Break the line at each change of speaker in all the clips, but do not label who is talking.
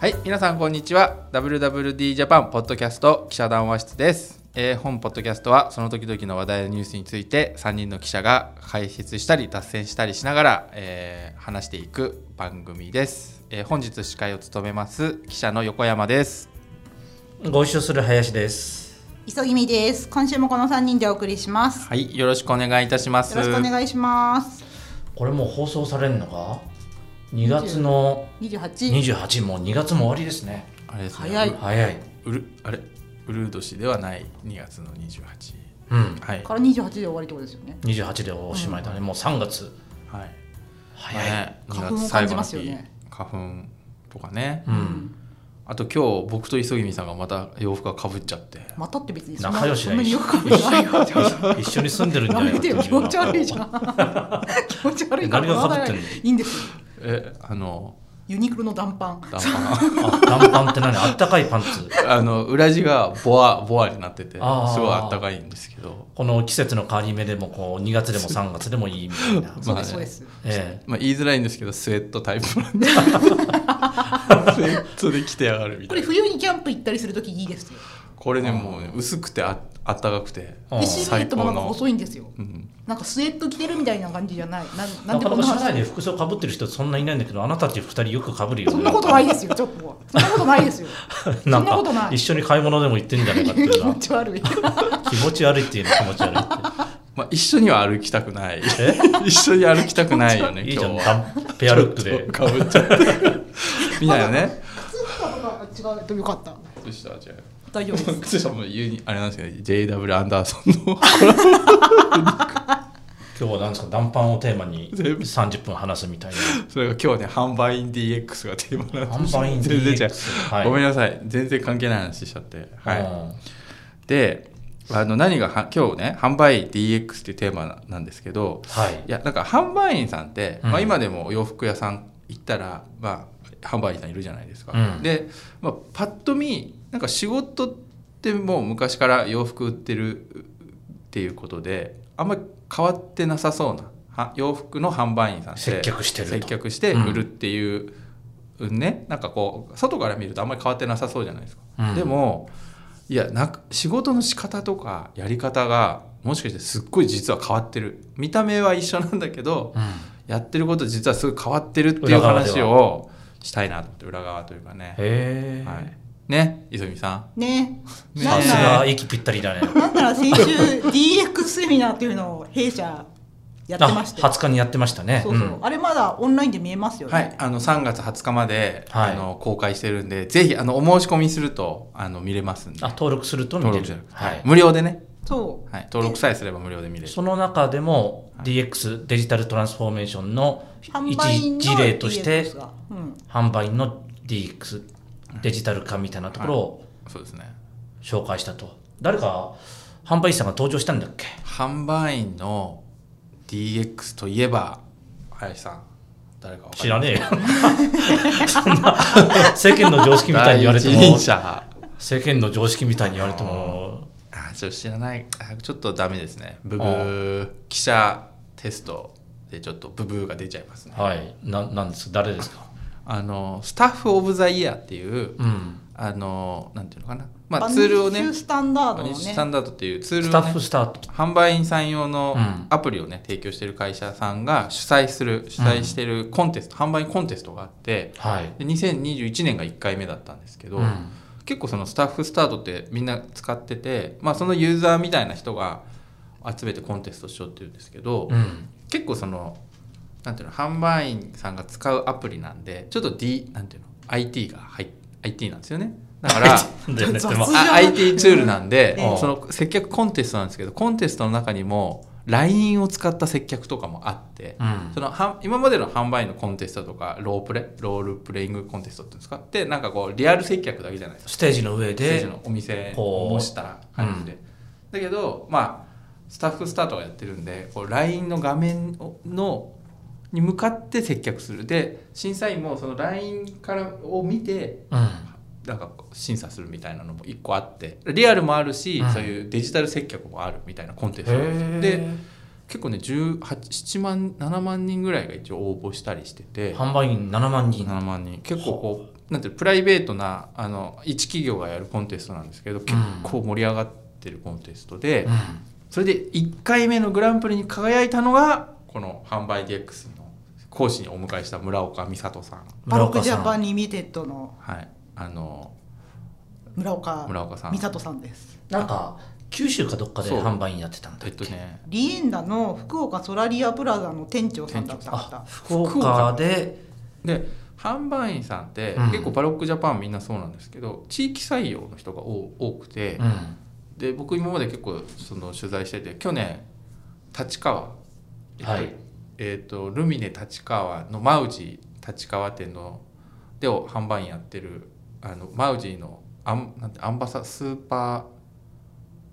はい、皆さんこんにちは。WWD ジャパンポッドキャスト記者談話室です。えー本ポッドキャストはその時々の話題やニュースについて3人の記者が解説したり脱線したりしながら、えー話していく番組です。えー本日司会を務めます記者の横山です。
ご一緒する林です。
急ぎみです。今週もこの三人でお送りします。
はい、よろしくお願いいたします。
よろしくお願いします。
これもう放送されるのが2月の
二十八。
28もう2月も終わりですね。
あれですね
早い。
早い。
うるあれウルード氏ではない2月の28
うん。
はい
から二十八で終わりってことですよね。
28でおしまいだね。もう3月。
はい
早い。
ね
花
2
粉
月
を
最後
感じ
の
ますよ
日
ね
花粉とかね、
うん。
あと今日僕と磯君さんがまた洋服がかぶっちゃって
またって別にそんな
仲良し
そ
だ
んな
よ。
に
一
よく
緒
考えてないよ。
に一緒に住んでるんじゃ
や
ない
め
か
てよ 気持ち悪いじゃん。気持ち悪いから。
何が被ってんの
いいんですよ。
えあの
ユニクロの短パン。
だん
あ、短パンって何あったかいパンツ。
あの裏地がボアボアになっててすごい
あー
あったかいんですけど、
この季節の変わり目でもこう2月でも3月でもいいみたいな。
そう
まあね
ですそうです。
ええ。
まあ、言いづらいんですけどスウェットタイプなん でスウェットで着てやがるみ
こ
たい
れ
な
冬にキャンプ行ったりするときいいですよ。
これねもうね薄くてああったかくて
あー
でシルエットもなんか
最高の
細いんですよ。
うん
なんかスウェット着てるみたいな感じじゃない。なん
な
な
ん
で
か
こ
なんか
な
社内
話。
で服装かぶってる人そんないないんだけど、あなたたち2人よくかぶるよね。
そんなことないですよ。ちょっと。そんなことないですよ。そん
な
なん
か
ことない
一。緒に買い物でも行ってんじゃないかっていう
気
の
持
は
ち悪い。
気持ち悪いっていうの気持ち悪いっ
まあ、一緒には歩きたくない
て
一緒に歩きたくないよね
えいい
今
じ
日
ゃん
は
ダンペアルックで
かぶっちゃ ってみたいなね
靴下とか違うとよかった。
靴下は違う
大丈夫です。
靴下も言うにあれなんですけど JW アンダーソンの
今日は何ですか談判をテーマに
全部
30分話すみたいな
それが今日ね販売員 DX がテーマなんです
販売 員
全然違う
DX はい
ごめんなさい全然関係ない話しちゃってはい、
うん
であの何がは今日ね販売員 DX っていうテーマなんですけど
はい
いやなんか販売員さんって、
うん
まあ、今でもお洋服屋さん行ったら、まあ、販売員さんいるじゃないですか、
うん
で、まあ、パッと見なんか仕事ってもう昔から洋服売ってるっていうことであんまり変わってなさそうなは洋服の販売員さんって
接客してると
接客して売るっていう、ねなんかこう外から見るとあんまり変わってなさそうじゃないですか、
うん
でもいやなんか仕事の仕方とかやり方がもしかしてすっごい実は変わってる見た目は一緒なんだけど
うん
やってること実はすごい変わってるっていう
裏側
話
では
をしたいなと思って裏側というかね、
へ
は
え
い、ね磯見さ
ね
ん、
な
さ
ん
す
だ
が息ぴったりだね
なんなら先週 DX セミナーっていうのを弊社やって
あ
まして。
20日にやってましたね
そうそう、
ん
あれまだオンラインで見えますよね。
はい、あの3月20日まで、
はい
あの公開してるんでぜひあのお申し込みするとあの見れますんで
あ登録すると見
登
れ
録じゃ
る
なくて、
はい
無料でね、
そう。
はい、登録さえすれば無料で見れる
その中でも
はい
DX デジタルトランスフォーメーションの
販売員
一
の
事例として
DX がうん、
販売員の DX デジタル化みたいなところを
そうですね
紹介したと誰か販売員さんが登場したんだっけ
販売員の DX といえば林さん誰かわかります
知 らねえよそんな世間の常識みたいに言われて
第一
も
人者
世間の常識みたいに言われても
あちょっと知らないあちょっとダメですねブブー記者テストでちょっとブブーが出ちゃいますね
はいななんです誰ですか
あのスタッフ・オブ・ザ・イヤーっていう
うん
あのなんていうのかな、ま
バ
あ、ツールを
ニッシ
ね
ュスタンダー
バ
ドの
ニ
ね
ッシュスタンダードっていうツールを、ね、
スタッフスタート
販売員さん用の
うん
アプリをね、提供してる会社さんが主催する主催してるコンテスト、販売コンテストがあって
はい、
で2021年が1回目だったんですけど、
うん
結構そのスタッフスタートってみんな使ってて、まあ、そのユーザーみたいな人が集めてコンテストしようっていうんですけど、
うん
結構そのなんていうの販売員さんが使うアプリなんでちょっと D なんていうの IT が入っ IT なんですよねだから
でねでも
雑
あ IT ツールなんで、
うん
その接客コンテストなんですけどコンテストの中にも LINE を使った接客とかもあって、
うん
そのは今までの販売員のコンテストとかロープレロールプレイングコンテストっていうんですかってなんかこうリアル接客だけじゃないですか
ステージの上
ステージ
で
のお店
こ
を
う
模した感じで、だけどまあスタッフスタートがやってるんでこう LINE の画面をのに向かって接客するで審査員もその LINE からを見て
うん
なんかこう審査するみたいなのも一個あってリアルもあるし、
うん
そういうデジタル接客もあるみたいなコンテストなんです
へ
で結構ね7万7万人ぐらいが一応応募したりして
え
て
販売員7万人
7万人結構こうなんていうのプライベートなあの一企業がやるコンテストなんですけど結構盛り上がってるコンテストで、それで1回目のグランプリに輝いたのがこの販売 DX の講師にお迎えした村岡美里さん、
バロックジャパンリミテッドの
はい、あの
村岡
村岡さん
美里さんです。
なんか九州かどっかで
そう
販売員やってたんだ
え
っ
っと
け、
ね
リエンダの福岡ソラリアプラザの店長さんだった方
あ。福岡で
で販売員さんって
うん
結構バロックジャパンみんなそうなんですけど地域採用の人が多多くて、
うん
で僕今まで結構その取材してて去年立川、えっと
はい
えっとルミネ立川のマウジ立川店のでを販売員やってるあのマウジのアンなんてアンバサスーパ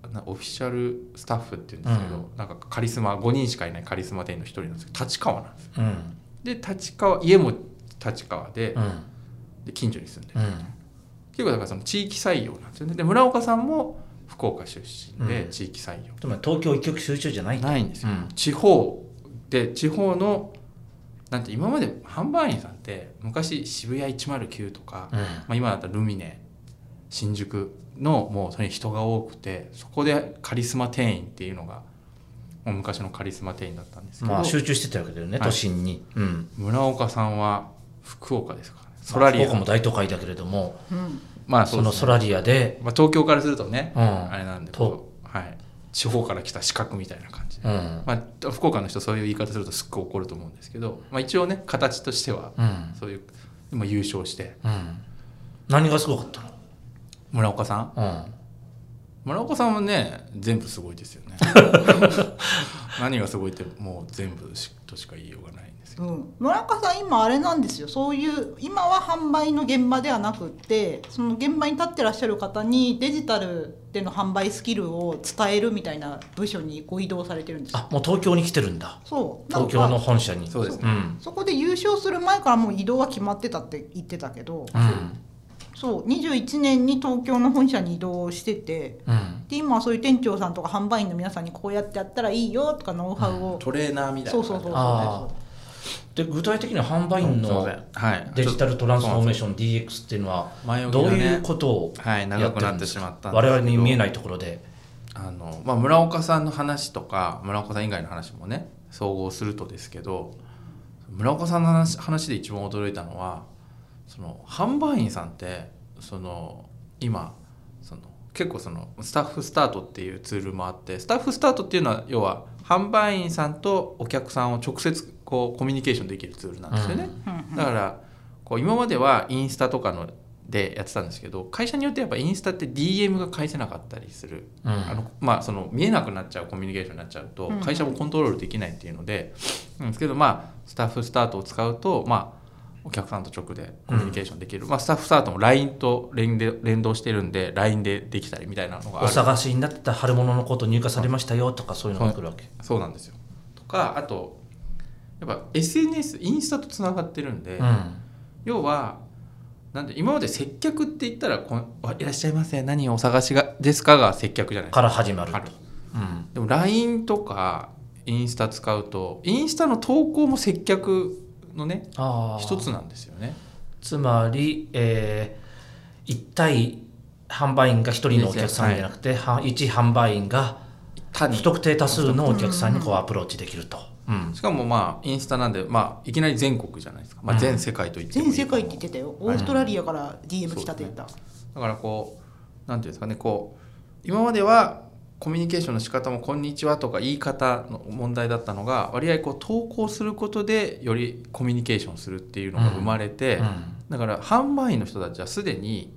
ーなオフィシャルスタッフっていうんですけど、なんかカリスマ5人しかいないカリスマ店員の一人なんですけど立川なんですよ
うん
で立川家も立川で,、
うん
で近所に住んでる
うん
結構だからその地域採用なんですよねで村岡さんも福岡出身で
うん
地域採用、
でも東京一極集中じゃないんだ
ないんですよ、
うん
地方で地方のなんて今まで販売員さんって昔渋谷109とか、
うん
まあ、今だったらルミネ新宿のもうそれに人が多くてそこでカリスマ店員っていうのがもう昔のカリスマ店員だったんですけど、
まあ集中してたわけだよね、
はい
都心に、うん
村岡さんは福岡ですからねソ
ま
ラ
あ
リ
福
ア
岡も大都会だけれども
うん。
まあ
そ,、
うで
の
すね
ソラリアで、
まあ、東京からするとね、
うん
あれなんで
と
こうはい、地方から来た資格みたいな感じで、
うん
まあ、福岡の人そういう言い方するとすっごい怒ると思うんですけど、まあ、一応ね形としては
うん
そういう、まあ、優勝して
うん、何がすごかったの
村岡さん
うん
村岡さんはね全部すごいです よね何がすごいってもう全部しとしか言いようがないんですよ
うん、村岡さん今あれなんですよそういう今は販売の現場ではなくってその現場に立ってらっしゃる方にデジタルでの販売スキルを伝えるみたいな部署にご移動されてるんですよ
あもう東京に来てるんだ
そうなん
東
か
京の本社に
そうですね
ん
そこで優勝する前からもう移動は決まってたって言ってたけど、
うん
そう21年に東京の本社に移動してて
うん
で今はそういう店長さんとか販売員の皆さんにこうやってやったらいいよとかノウハウを、
トレーナーみたい
そ
な
うそうそうそう
あ
そ
で具体的には販売員
そう
の
ですはい
デジタルトランスフォーメー
ョ
ション DX っていうのは
前置き
どう
がね
いうことを
はい
や
長
って
く
る
なんっ
で
て
す
し
か
まったんですけ
我
ど
々に見えないところで
あの、まあ、村岡さんの話とか村岡さん以外の話もね総合するとですけど村岡さんの話話で一番驚いたのはその販売員さんってその今その結構そのスタッフスタートっていうツールもあってスタッフスタートっていうのは要は販売員さんとお客さんを直接こうコミュニケーションできるツールなんですよね。
ううんうん
だからこう今まではインスタとかのでやってたんですけど会社によってやっぱインスタって DM が返せなかったりする
うん
あのまあその見えなくなっちゃうコミュニケーションになっちゃうと
うん
会社もコントロールできないっていうので、うん、ですけどまあスタッフスタートを使うとまあお客さんと直でコミュニケーションできる、まあ、スタッフスタートも LINE と連で連動してるんで LINE でできたりみたいなのがあ
お
る
探しになってた春物のこと入荷されましたよとかそういうのが来るわけ
そうなんですよとかあとやっぱ SNS インスタとつながってるんで、
うん
要はなんで今まで接客って言ったらこんあ「いらっしゃいませ何をお探しがですか?」が接客じゃないですか
から始まると
ある
うん
でも LINE とかインスタ使うとインスタの投稿も接客のね
あー
一つなんですよね。
つまり、えー、1対販売員が1人のお客さんじゃなくて、は一販売員が
単に
不特定多数のお客さんにこうアプローチできると。うん
しかもまあインスタなんで、まあ、いきなり全国じゃないですか、まあ、
うん
全世界と言ってもいい
全世界
か
って
も
言ってたよオーストラリアから DM 来たって言った、
だからこうなんていうんですかねこう今まではコミュニケーションの仕方も「こんにちは」とか言い方の問題だったのが割合こう投稿することでよりコミュニケーションするっていうのが生まれて、
うん
だから販売員の人たちはすでに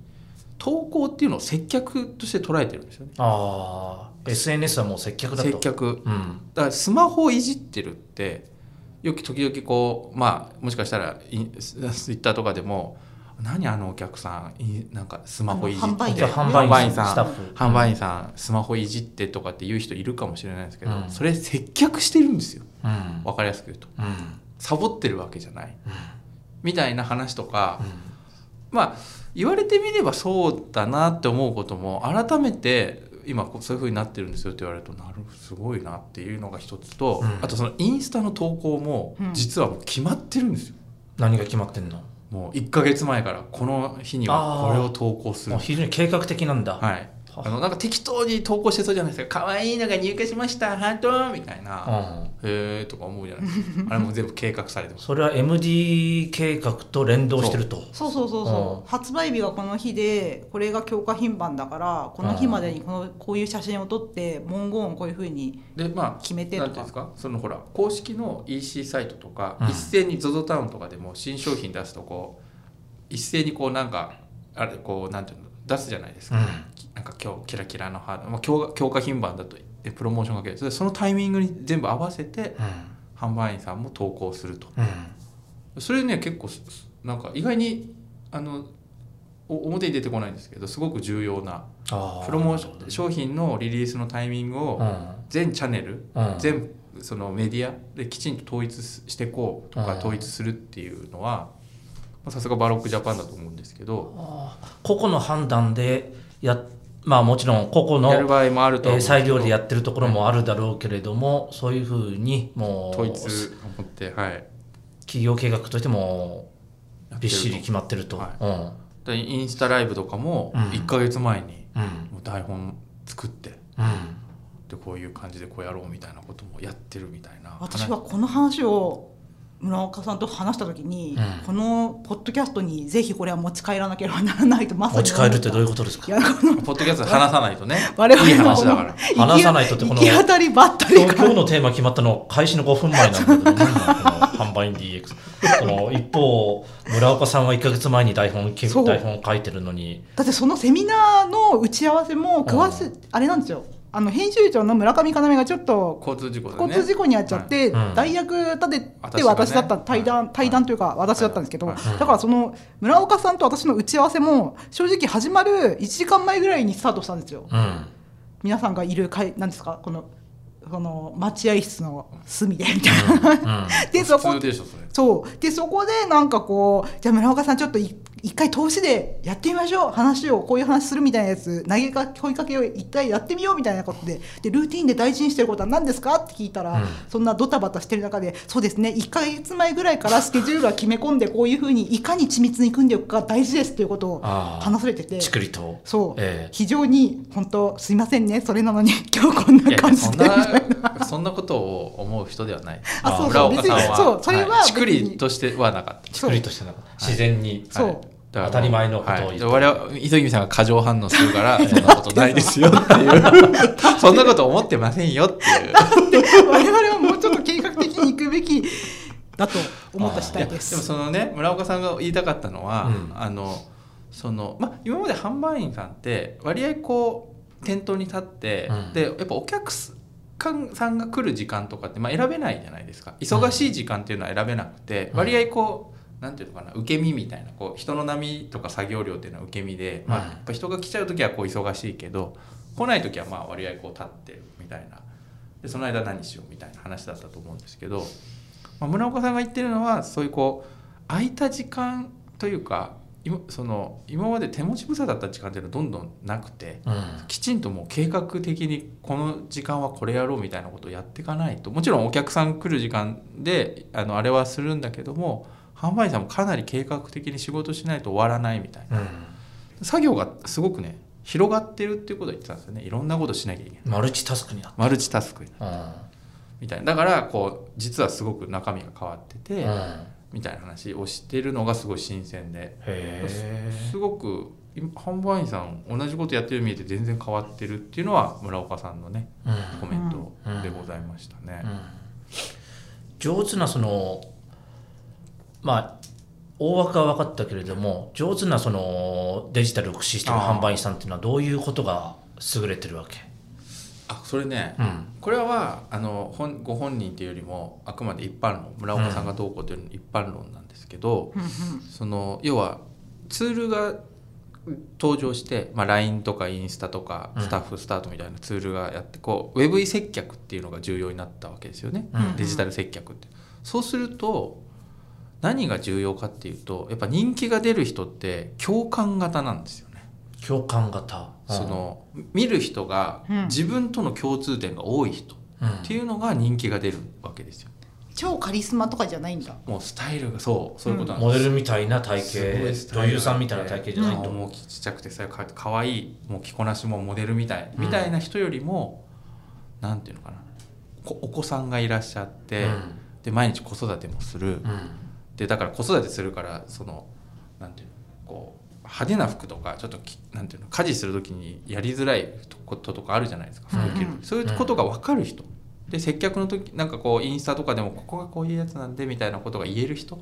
投稿っていうのを接客として捉えてるんですよね。
あー SNS はもう接客だと。
接客
うん
だからスマホをいじってるってよく時々こうまあもしかしたらイン ツイッターとかでも「何あのお客さんいなんかスマホいじって」
販売員
じゃあ販
販売
売
員
員
さん
スタッフ
販売員さんスマホいじってとかって言う人いるかもしれないですけど、
うん
それ接客してるんですよ
うん
分かりやすく言うと
うん
サボってるわけじゃない
うん
みたいな話とか、
うん
まあ言われてみればそうだなって思うことも改めて今こうそういう風になってるんですよって言われるとなるすごいなっていうのが一つと、
うん
あとそのインスタの投稿も
うん
実はもう決まってるんですよ、
何が決まってんの
もう1か月前からこの日にはこれを投稿する
もう非常に計画的なんだ、
はい
は
あのなんか適当に投稿してそうじゃないですか可愛いのが入荷しましたハートみたいな、
うん
へえとか思うじゃないですかあれも全部計画されてます
それは MD 計画と連動してると
そうそうそうそう発売日がこの日でこれが強化品番だからこの日までにこのこういう写真を撮って文言をこういうふうに
でまあ
決めて
なん
と
ていうんで
か
すかそのほら公式の EC サイトとか、
うん
一斉に ZOZO タウンとかでも新商品出すとこう一斉にこうなんかあれこうなんていうの出すじゃないです
う
か、
ん
なんか今日キラキラのハード、まあ、強強化品番だとでプロモーションかけるそれでそのタイミングに全部合わせて
う
販売員さんも投稿すると
んうん
それね結構すすなんか意外にあのお表に出てこないんですけどすごく重要な
あー
プロモーション商品のリリースのタイミングを全チャンネル
うんうん
全そのメディアできちんと統一すしていこうとか
うん
統一するっていうのはまあさすがバロックジャパンだと思うんですけど
あー個々の判断でやっまあもちろん個々の
やる場合もあるとは思う
えー
んすけど
裁量でやってるところもあるだろうけれども、そういうふうにもう
統一を持ってはい
企業計画としても
や
び
てる
っ
と
しり決まってると、
は
うん
でインスタライブとかも
うん
1か月前に
うん
もう台本作って
うん
でこういう感じでこうやろうみたいなこともやってるみたいな
私はこの話を村岡さんと話した時に、
うん
このポッドキャストにぜひこれは持ち帰らなければならないとまさ
持
に
ち帰るってどういう
こ
ことですか
いやこの
ポッドキャストで話さないとね
我々の
いい話だから
行き
話さないとってこの
行き当たりばっ たり
今日今
が
日のテーマ決まったの開始の5分前なんだけど何なのこの販売員 DX この一方村岡さんは1か月前に台本け
そう
台本書いてるのに
だってそのセミナーの打ち合わせも詳しい、あれなんですよあの編集長の村上要がちょっと
交通事故でね
交通事故に遭っちゃって、
はいうん
代役立てて
私
私
が
だ
ね
った、対
は
談
い
対談というか私だったんですけど、
はい
はい
だからその村岡さんと私の打ち合わせも正直始まる1時間前ぐらいにスタートしたんですよ。
うん
皆さんがいる会なんですかこのこの待合室の隅でみたいな。
うん
でそこ
普通でしょ それ
そうでそこでなんかこうじゃあ村岡さんちょっとい一回投資でやってみましょう話をこういう話するみたいなやつ投げか問いかけを一回やってみようみたいなことででルーティンで大事にしてることは何ですかって聞いたら、
うん
そんなドタバタしてる中でそうですね1か月前ぐらいからスケジュールは決め込んでこういうふうにいかに緻密に組んでおくか大事ですっていうことを
ああ
話されてて
ちくりと
そう、
ええ
非常に本当すいませんねそれなのに 今日こん
い
な
やい
感
や
じ
そん
でみたいな
なそんなことを思う人ではない
あそう
村
そう
岡さんは
そうそれは
はい、しく
別に
りとしてはなかった
ちくりとしてなんか自然に
そう
はいだから
当たり前のことを言って
はいで我々は磯君さんが過剰反応する からそんなことないですよっていうそんなこと思ってませんよっていう
で我々はもうちょっと計画的に行くべきだと 思った次
いや
第
で
で
も
す。
そのね村岡さんが言いたかったのは、
うん
あのそのま今まで販売員さんって割合こう店頭に立って、
うん
でやっぱお客さんが来る時間とかって、まあ、選べないじゃないですか忙しい時間っていうのは選べなくて、
うん
割合こうなんていうのかな受け身みたいなこう人の波とか作業量っていうのは受け身で、まあ、
うん
やっぱ人が来ちゃう時はこう忙しいけど来ない時はまあ割合こう立ってるみたいなでその間何しようみたいな話だったと思うんですけど、まあ、村岡さんが言ってるのはそういうこう空いた時間というか今その今まで手持ち無沙汰だった時間っていうのはどんどんなくて
うん
きちんともう計画的にこの時間はこれやろうみたいなことをやっていかないともちろんお客さん来る時間であのあれはするんだけども販売員さんもかなり計画的に仕事しないと終わらないみたいな
うん
作業がすごくね広がってるっていうことを言ってたんですよねいろんなことしなきゃいけない
マルチタスクになっ
マルチタスクに
た
みたいなだからこう実はすごく中身が変わって
う
て、
んうん
みたいな話をしてるのがすごい新鮮で
へえ
すごく今販売員さん同じことやってるように見えて全然変わってるっていうのは村岡さんのね
うん
コメントでございましたね。
うん上手なそのまあ大枠は分かったけれども上手なそのデジタルを駆使してる販売員さんっていうのはどういうことが優れてるわけ、
あそれね
うん
これはあの本ご本人というよりもあくまで一般論村岡さんがどうこうというのは一般論なんですけど、
うんうん
その要はツールが登場して、まあ、LINE とかインスタとか
うん
スタッフスタートみたいなツールがやってこう Web 接客っていうのが重要になったわけですよね、
うん
デジタル接客って。そうすると何が重要かっていうとやっぱ人気が出る人って共感型なんですよね。
共感型うん
その見る人が
うん
自分との共通点が多い人っ
うん
ていうのが人気が出るわけですよ。
超カリスマとかじゃないんだ
もうスタイルがそうそういうことなん
モ
で
デ
す、
ルみたいな体
すごいス
型
タ
女
イル
優さんみたいな体型じゃないと、
もうちっちゃくてさかかわいいもう着こなしもモデルみたい、みたいな人よりもなんていうのかなこお子さんがいらっしゃって、
うん
で毎日子育てもする、
うん
でだから子育てするからそのなんていうのこう派手な服とかちょっときなんていうの家事する時にやりづらいこととかあるじゃないですか服着る、
うん
そういうことが分かる人、で接客の時なんかこうインスタとかでもここがこういうやつなんでみたいなことが言える人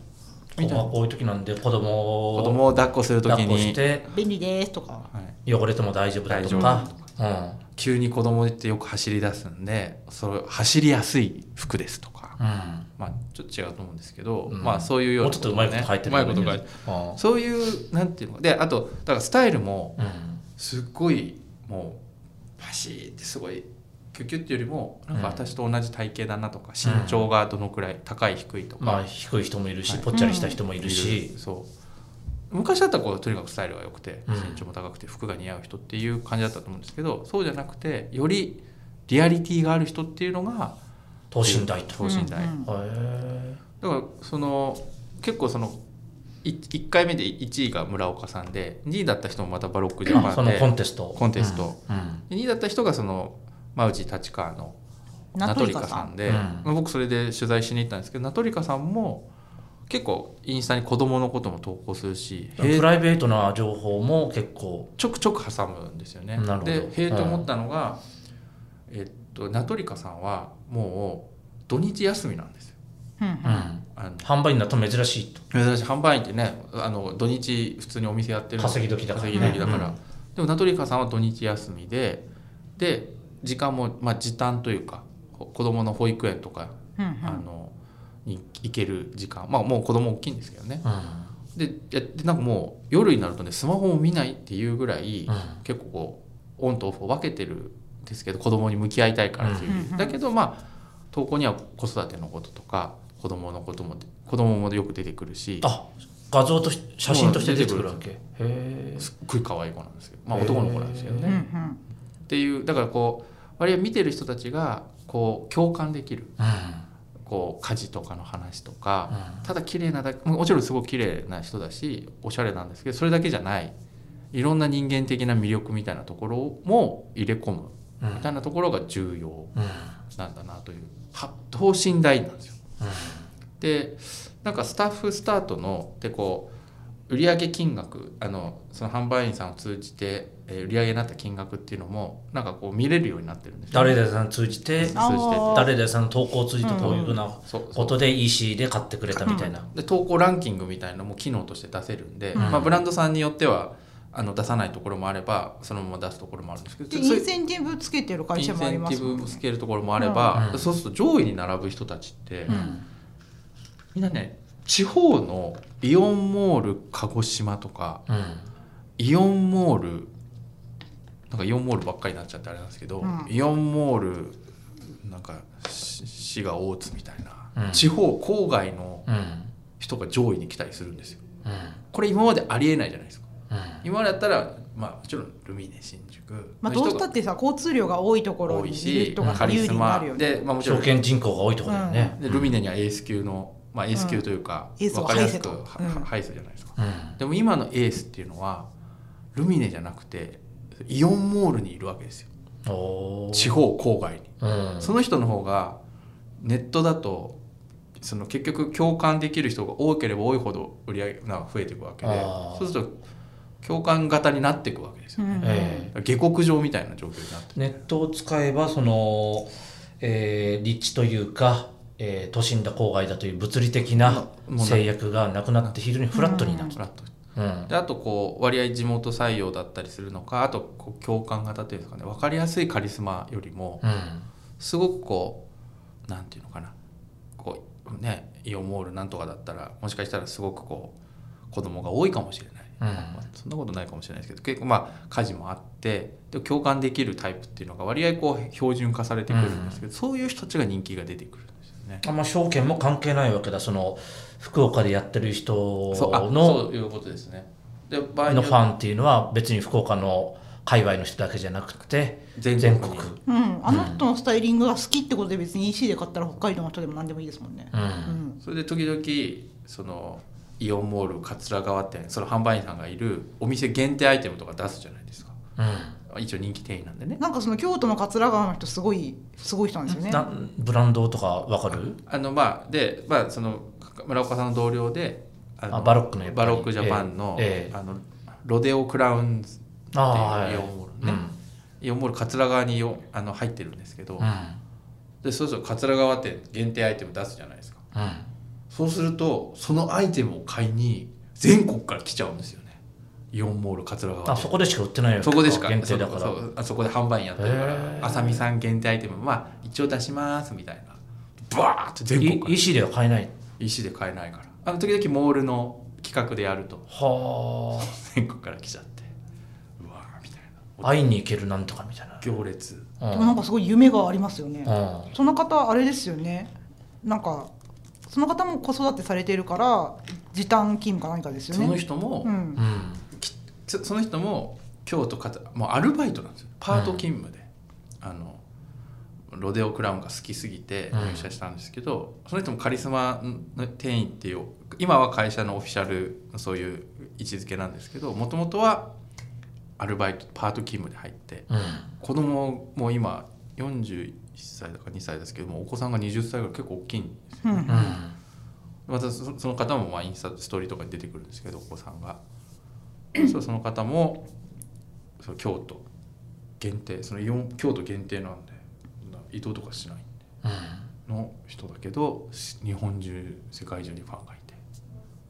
みたい
こ
な
こういう時なんで子供を
子供を抱っこする時
抱っこ
に
し、て
便利ですとか
はい、
汚れても大丈夫だと
大
か
丈
うん
急に子供ってよく走り出すんでそれ走りやすい服ですとか、
うん
まあちょっと違うと思うんですけど、
うん
まあそういうような
もうちょっとうまいこと入ってる
ねうまいことが
あ
そういうなんていうのであとだからスタイルも
あうん
すっごいもうパシーってすごいキュキュっていうよりもなんか
うん
私と同じ体型だなとか身長がどのくらい高い低いとか、
まあ低い人もいるし、
はい
ぽっちゃりした人もいるし、
そう昔だったらこうとにかくスタイルが良くて
うん
身長も高くて服が似合う人っていう感じだったと思うんですけど、そうじゃなくてよりリアリティがある人っていうのが
等身大と。
等身大、
うんうん
へえ
だからその結構その1回目で1位が村岡さんで2位だった人もまたバロックジャ
あ
パ
そ
ン
の
で
コンテスト。
コンテスト
うん。
で2位だった人がそのマウチ立川のナ
ナ
ト
ト
リ
リ
カ
カ
さ
さ
ん
ん
で、
うん
まあ僕それで取材しに行ったんですけどナトリカさんも結構インスタに子供のことも投稿するし
うんプライベートな情報も結構。
ちょくちょく挟むんですよね
なるほど
でへえと思ったのが、えっとナトリカさんはもう土日休みなんですよ
うんう
うんん。
あの
販売員だと珍しいと。
珍しい販売員ってねあの土日普通にお店やってるの
稼ぎ時だからね
稼ぎ時だから
うん
でも名取川さんは土日休みでで時間も、まあ、時短というかこ子供の保育園とか、
うんう
あ
ん
のに行ける時間まあもう子供大きいんですけどね
うん。
でやでなんかもう夜になるとねスマホを見ないっていうぐらい、
うん
結構こうオンとオフを分けてるんですけど子供に向き合いたいからっていう、
うん
だけどまあ投稿には子育てのこととか子供のことも子供もよく出てくるし
あ画像とし写真として出てくるわけ。へえ。
すっごい可愛い子なんですけど、まあ、男の子なんですけど
う
ね。
んう
っ
ん
ていうだからこう割合見てる人たちがこう共感できる
うん。
こう家事とかの話とか
う
ただ綺麗なだけもちろんすごく綺麗な人だしおしゃれなんですけどそれだけじゃないいろんな人間的な魅力みたいなところも入れ込む
ん。うん
みたいなところが重要
うん。
なんだなというは等身大なんですよ。
うん
でなんかスタッフスタートのでこう売上金額あのその販売員さんを通じて、えー売上になった金額っていうのもなんかこう見れるようになってるんですよ、
誰々さん通じて、
あー
誰々さんの投稿を通じてこういうふうな
そうそ
こ
う
とで EC で買ってくれたみたいな。
で投稿ランキングみたいなのも機能として出せるんで、
うん
まあ、ブランドさんによってはあの出さないところもあればそのまま出すところもあるんですけど
でイ
そう
ンセンティブつけてる会社もありま
イン
す
セン
も
ティブ
んね
をつけるところもあれば、
うん
そうすると上位に並ぶ人たちって、
うん
みんなね地方のイオンモール鹿児島とか
うん。
イオンモールなんかイオンモールばっかりになっちゃってあれなんですけど、
うん
イオンモールなんかし滋賀大津みたいな、
うん
地方郊外の
うん。
人が上位に来たりするんですよ
うん。
これ今までありえないじゃないですか
うん
今までだったらまあもちろんルミネ新宿
まあ、
の
ど
人
うした
が
ってさ交通量が多いところ
多い
にいる
し
人が
カリ
有利
ス
にな
マ
るよね
で,、まあ、もちろ
証
ん
券人口が多いところだよね。
でルミネにはエース級の、まあ、エース級というか、
うんエースを
わかりやすく
ハイセと
は
うん
ハイセじゃないですか
うん。
でも今のエースっていうのはルミネじゃなくてイオンモールにいるわけですよ
おー
地方郊外に
うん。
その人の方がネットだとその結局共感できる人が多ければ多いほど売り上げが増えていくわけで
あー
そうすると共感型になっていくわけですよね、
え
下克上みたいな状況になって
ネットを使えばその、えー立地というか、えー都心だ郊外だという物理的な
もうな
制約がなくなって非常にフラットになる。
フラッと
うん
であとこう割合地元採用だったりするのかあとこう共感型というんですかね分かりやすいカリスマよりも
うん
すごくこうなんていうのかなこうねイオンモールなんとかだったらもしかしたらすごくこう子供が多いかもしれない、
うん
まあそんなことないかもしれないですけど結構まあ家事もあってで共感できるタイプっていうのが割合こう標準化されてくるんですけど、そういう人たちが人気が出てくるんですよね。
あんま証券も関係ないわけだその福岡でやってる人
そうあ
の
そういうことですね。で場合に
の
よっ
ファンっていうのは別に福岡の界隈の人だけじゃなくて
全国
全
に
国
うん、あの人のスタイリングが好きってことで別に EC で買ったら北海道の人でも何でもいいですもんね。
うん
うん
それで時々そのイオンモール桂川店その販売員さんがいるお店限定アイテムとか出すじゃないですか
うん
一応人気店員なんでね
なんかその京都の桂川の人すごいすごい人なんですよね。
なブランドとかわかる
あのまあでまあその村岡さんの同僚であの
あバロックのやっぱ
バ
り
ロックジャパンの,、
ええ
あのロデオクラウンズって
あ
いうイオ
は
ンモール
い、
ね、イオンモール桂川にイオンあの入ってるんですけど、
うんうん
でそうすると桂川店限定アイテム出すじゃないですか
うん
そうするとそのアイテムを買いに全国から来ちゃうんですよねイオンモール桂川
あそこでしか売ってないよ
そこでしか
限定だか
そ
ら
うそうあそこで販売員やってるか
へ
ら
ー
あさみさん限定アイテムまあ一応出しますみたいなバーッと全国か
い
ら
EC では買えない
石で買えないからあの時々モールの企画でやると
は
全国から来ちゃってうわーみたい
あ会いに行けるなんとかみたいな
な行列
で
う
もなんかすごい夢がありますよね。
ん
その方あれですよね。なんかその方も子育てされてるから時短勤務か何かですよ
その
ね。
人も、
うん
う。ん
そその人も京都かつもうアルバイトなんですよパート勤務で、あのロデオクラウンが好きすぎて
うん
入社したんですけど、その人もカリスマの店員っていう今は会社のオフィシャルそういう位置づけなんですけどもともとはアルバイトパート勤務で入って
うん
子供も今41歳だか2歳ですけどもお子さんが20歳ぐらい結構大きいんです
うん
うんうん
またそその方もまあインスタストーリーとかに出てくるんですけどお子さんがそうその方もそう京都限定そのイオン京都限定なんでな移動とかしないの人だけどし日本中世界中にファンがいて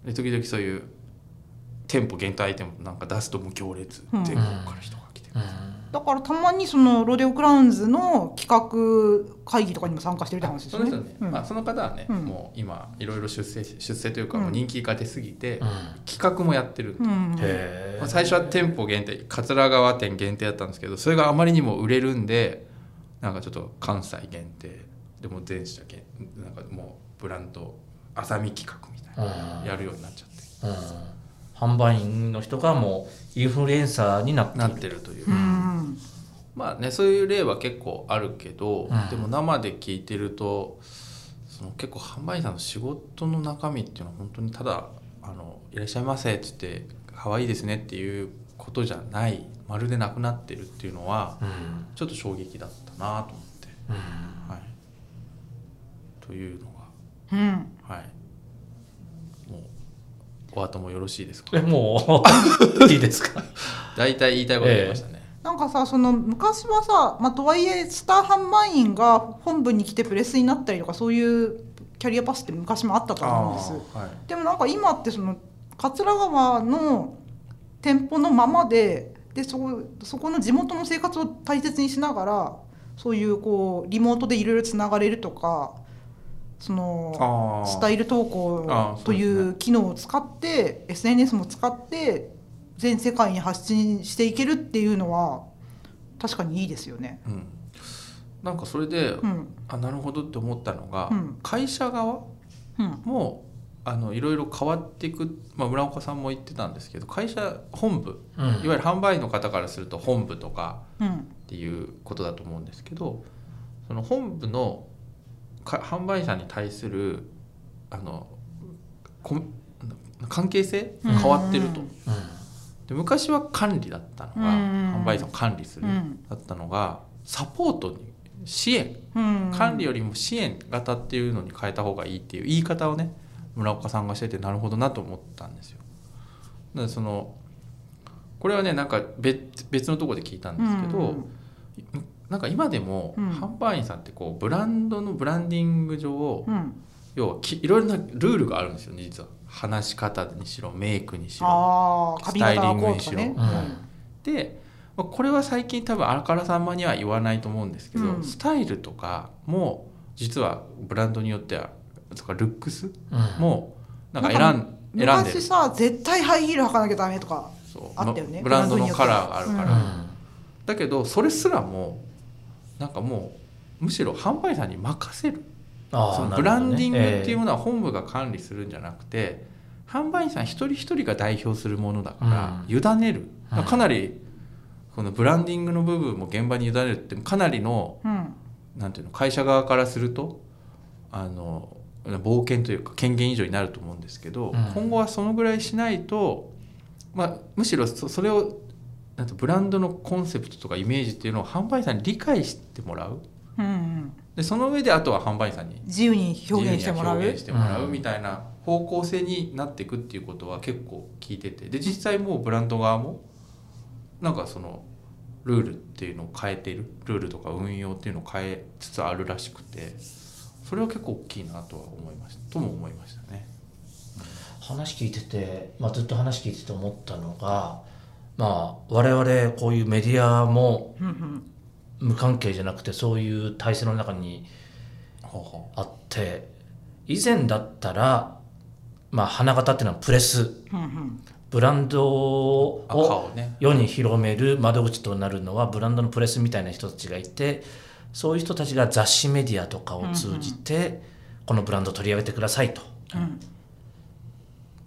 で時々そういう店舗限定アイテムなんか出すともう行列
うん
全国から人が来てる、
うん
だからたまにそのロデオクラウンズの企画会議とかにも参加してるって話です
そ
よ
の人
ね。
ね、
うん
まあ、その方はね、
うん
もう今いろいろ出世し出世というか
うん
もう人気が出すぎて、
うん
企画もやってるんで
うん
ま
へえ
あ最初は店舗限定桂川店限定だったんですけどそれがあまりにも売れるんでなんかちょっと関西限定でもう全社限なんかもうブランド浅見企画みたいなやるようになっちゃって
うん販売員の人がもうインフルエンサーになって
なってるという、
うん
まあねそういう例は結構あるけど、
うん
でも生で聞いてるとその結構販売員さんの仕事の中身っていうのは本当にただあの「いらっしゃいませ」っつって「可愛いですね」っていうことじゃないまるでなくなってるっていうのは
うん
ちょっと衝撃だったなと思って。
うん
はい、というの
うん
が、はい、もうお後もよろしいですか
えもう いいですか
大体言いたいこと言いましたね、
なんかさその昔はさ、まあ、とはいえスター販売員が本部に来てプレスになったりとかそういうキャリアパスって昔もあったと思うんです
あーはい
でもなんか今ってその桂川の店舗のままででそこそこの地元の生活を大切にしながらそういうこうリモートでいろいろつながれるとかその
あー
スタイル投
あ
稿
ー
とい
そうです
う機能を使って、SNS も使って全世界に発信していけるっていうのは確かにいいですよね。
うん、なんかそれで、
うん
あなるほどって思ったのが、
うん
会社側
うん
もあのいろいろ変わっていく、まあ、村岡さんも言ってたんですけど会社本部
うん
いわゆる販売員の方からすると本部とか
うん
っていうことだと思うんですけどその本部のか販売者に対するあのこん関係性
うん
変わってると、
うん
で昔は管理だったのが、
うん
販売者を管理する、
うん
だったのがサポートに支援
うん
管理よりも支援型っていうのに変えた方がいいっていう言い方をね村岡さんがしててなるほどなと思ったんですよ。だからそのこれはねなんか別別のところで聞いたんですけど、
うん
なんか今でも
うん
販売員さんってこうブランドのブランディング上
うん、
要はきいろいろなルールがあるんですよね実は話し方にしろメイクにしろ
ああ
ス
髪
タイ
型
リ
は
ング
こう
に
と
し
か
ろ
ね。
で、まあ、これは最近多分あからさまには言わないと思うんですけど、
うん
スタイルとかも実はブランドによってはとかルックス
うん
もなんか選ん選んでる
昔さ絶対ハイヒール履かなきゃダメとか
そう
あったよね
まブランドのカラーがあるから、
ブランドによってはうん
だけどそれすらもなんかもうむしろ販売者に任せる
あー
その
な
ブ
るほどね
ランディングっていう
え
ものは本部が管理するんじゃなくて、販売員さん一人一人が代表するものだから、委ねる
はい
かなりこのブランディングの部分も現場に委ねるってかなりの
うん
なんていうの会社側からするとあの冒険というか権限以上になると思うんですけど、
うん
今後はそのぐらいしないと、まあ、むしろそそれをなんとブランドのコンセプトとかイメージっていうのを販売員さんに理解してもらう
うんうん、
でその上であとは販売員さんに
自由に表現してもらう
自由に表現してもらううんみたいな方向性になっていくっていうことは結構聞いててで実際もうブランド側もなんかそのルールっていうのを変えているルールとか運用っていうのを変えつつあるらしくてそれは結構大きいなとは思いましたとも思いましたね。
話聞いてて、まあ、ずっと話聞いてて思ったのが、まあ、我々こういうメディアも
うんうん
無関係じゃなくてそういう体制の中に
ほうほ
あって以前だったら、まあ、花形っていうのはプレス
うんうん
ブランド
うあ
を
顔ね。
世に広める窓口となるのはブランドのプレスみたいな人たちがいてそういう人たちが雑誌メディアとかを通じてこのブランドを取り上げてくださいと。
うん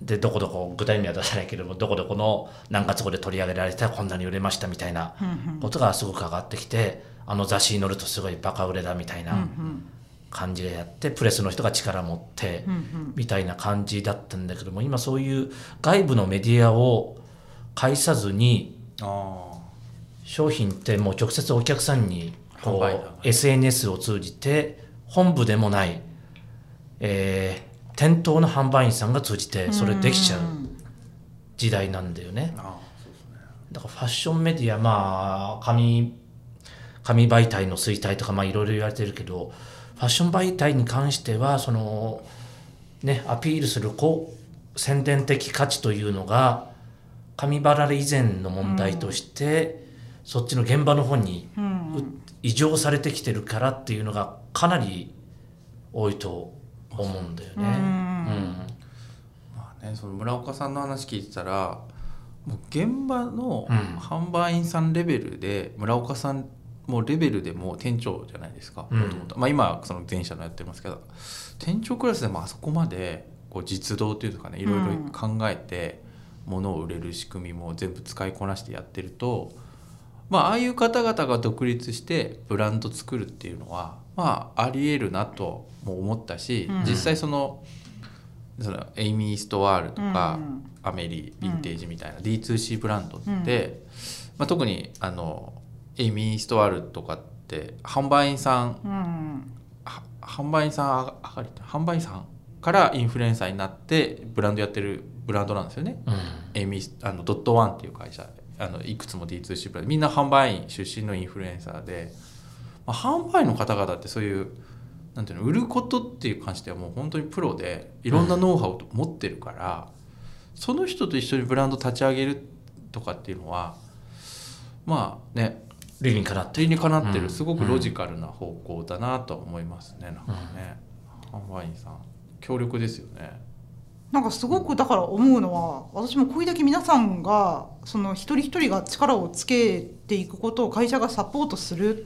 でどこどこ具体には出さないけれどもどこどこの何月後で取り上げられたこんなに売れましたみたいな
うんうん
ことがすごく上がってきてあの雑誌に載るとすごいバカ売れだみたいな
うん
感じでやってプレスの人が力持って
うんうん
みたいな感じだったんだけども今そういう外部のメディアを介さずに
あ
商品ってもう直接お客さんに
販
こ
売だ
う SNS を通じて本部でもない、えー店頭の販売員さんが通じてそれできちゃう時代なんだよね。
ーあ
だからファッションメディアまあ紙紙媒体の衰退とかまあいろいろ言われてるけどファッション媒体に関してはそのねアピールするこう宣伝的価値というのが紙バラ以前の問題として、そっちの現場の方に
うんうんうん
異常されてきてるからっていうのがかなり多いと思うんだよね。
うん
まあね、その村岡さんの話聞いてたらもう現場の
うん
販売員さんレベルで、村岡さんもレベルでもう店長じゃないですか、
うん
もともとまあ、今その前者のやってますけど店長クラスでもあそこまでこう実動というかねいろいろ
うん
考えて物を売れる仕組みも全部使いこなしてやってると、まあああいう方々が独立してブランド作るっていうのはまあありえるなとも思ったし、
うん
実際そのそのエイミー・ストワールとか、
うんうん
アメリヴィンテージみたいな D2C ブランドって、まあ、特にあのエイミー・ストワールとかって販売員さん
うん
は販売員さんあがあがり販売員さんからインフルエンサーになってブランドやってるブランドなんですよね。
うん
エミあのドットワンっていう会社あのいくつも D2C ブランドみんな販売員出身のインフルエンサーで、まあ、販売員の方々ってそういうなんていうの売ることっていう関してはもう本当にプロでいろんなノウハウを持ってるから、その人と一緒にブランド立ち上げるとかっていうのはまあね
理にかなって
手にかなって
うん
るすごくロジカルな方向だなとは思いますねなんかね、販売員さん協力ですよね。
なんかすごくだから思うのは私もこれだけ皆さんがその一人一人が力をつけていくことを会社がサポートするっ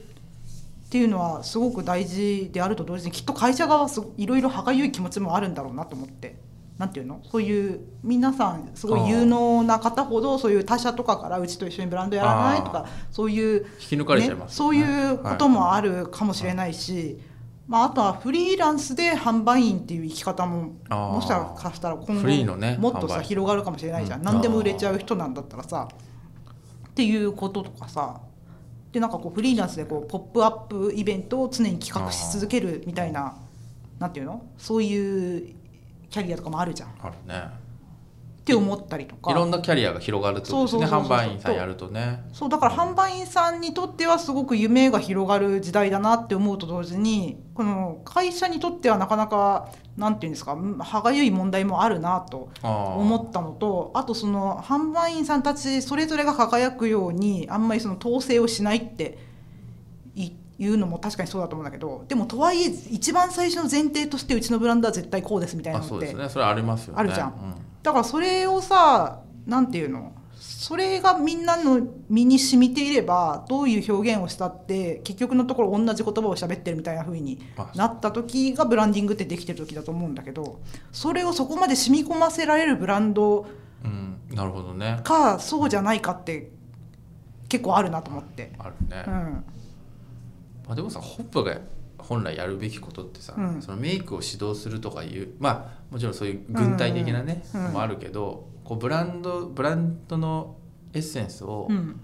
ていうのはすごく大事であると同時にきっと会社側はすごいろいろ歯がゆい気持ちもあるんだろうなと思って。なんていうのそういう皆さんすごい有能な方ほどそういう他社とかからうちと一緒にブランドやらないと
あ
かそういう
引き抜かれちゃいますよ
そう
ね、
いうこともあるかもしれないし、まあ、あとはフリーランスで販売員っていう生き方も
あー
もしかしたら今
フリー
後
のね
もっとさ
販売
広がるかもしれないじゃん、
うん
何でも売れちゃう人なんだったらさっていうこととかさでなんかこうフリーランスでこうポップアップイベントを常に企画し続けるみたいななんていうのそういうキャリアとかもあるじゃんっ
あるね
て思ったりとか
いろんなキャリアが広がるってことですね
そうそう
販
そうそう
売員さんやるとね
そうだから販売員さんにとってはすごく夢が広がる時代だなって思うと同時にこの会社にとってはなかなかなんていうんですかうん歯がゆい問題もあるなと思
思
ったのとあとその販売員さんたちそれぞれが輝くようにあんまりその統制をしないっていいうのも確かにそうだと思うんだけどでもとはいえ一番最初の前提としてうちのブランドは絶対こうですみたいな
あ
の
そ
っ
うです
て
ねそれありますよね
あるじゃん
うん
だからそれをさなんていうのそれがみんなの身に染みていればどういう表現をしたって結局のところ同じ言葉を喋ってるみたいな風に
まあ
なった時がブランディングってできてる時だと思うんだけどそれをそこまで染み込ませられるブランド
うんなるほどね
かそうじゃないかって結構あるなと思って。
あるね、
う
ま
ん、
あ、でもさホップが本来やるべきことってさ、
うん
そのメイクを指導するとかいうまあもちろんそういう軍隊的なね、
うんうん
のもあるけどこうブランドブランドのエッセンスを
うん、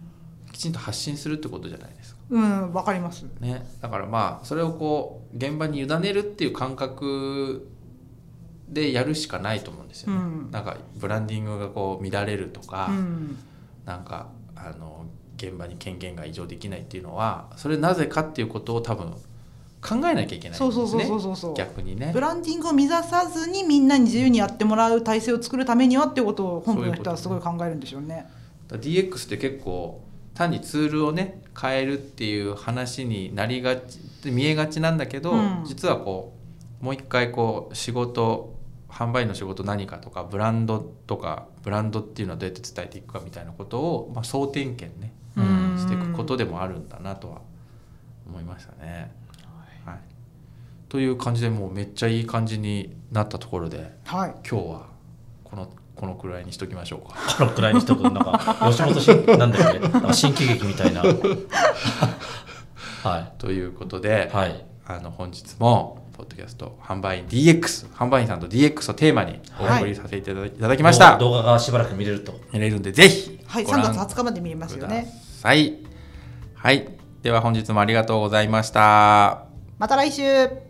きちんと発信するってことじゃないですか、
うん、わかります。
ね、だからまあそれをこう現場に委ねるっていう感覚でやるしかないと思うんですよね、
うん
なんかブランディングがこう乱れるとか、
うん、
なんかあの現場に権限が異常できないっていうのはそれなぜかっていうことを多分考えなきゃいけないんですね
そうそうそうそうそうそう。
逆にね
ブランディングを目指さずにみんなに自由にやってもらう体制を作るためにはってことを本部の人はすごい考えるんでしょうね。
だから DX って結構単にツールをね変えるっていう話になりがち見えがちなんだけど、
うん
実はこうもう一回こう仕事販売の仕事何かとかブランドとかブランドっていうのはどうやって伝えていくかみたいなことを、まあ、総点検ね、
うん
していくことでもあるんだなとは思いましたね。はい、という感じでもうめっちゃいい感じになったところで
はい。
今日はこのこのくらいにしときましょうか。
このくらいにしとくなん か吉本新なんだよねなんか新喜劇みたいなは
ということで
い、はい
あの本日もポッドキャスト販売員 DX 販売員さんと DX をテーマにお送りさせていただき,、い、ただきました
動画がしばらく見れると
見れるんでぜひ
はい、
ご
3
覧
月20日まで見れます
く
よ
だ
ね。
さいはいでは本日もありがとうございました
また来週。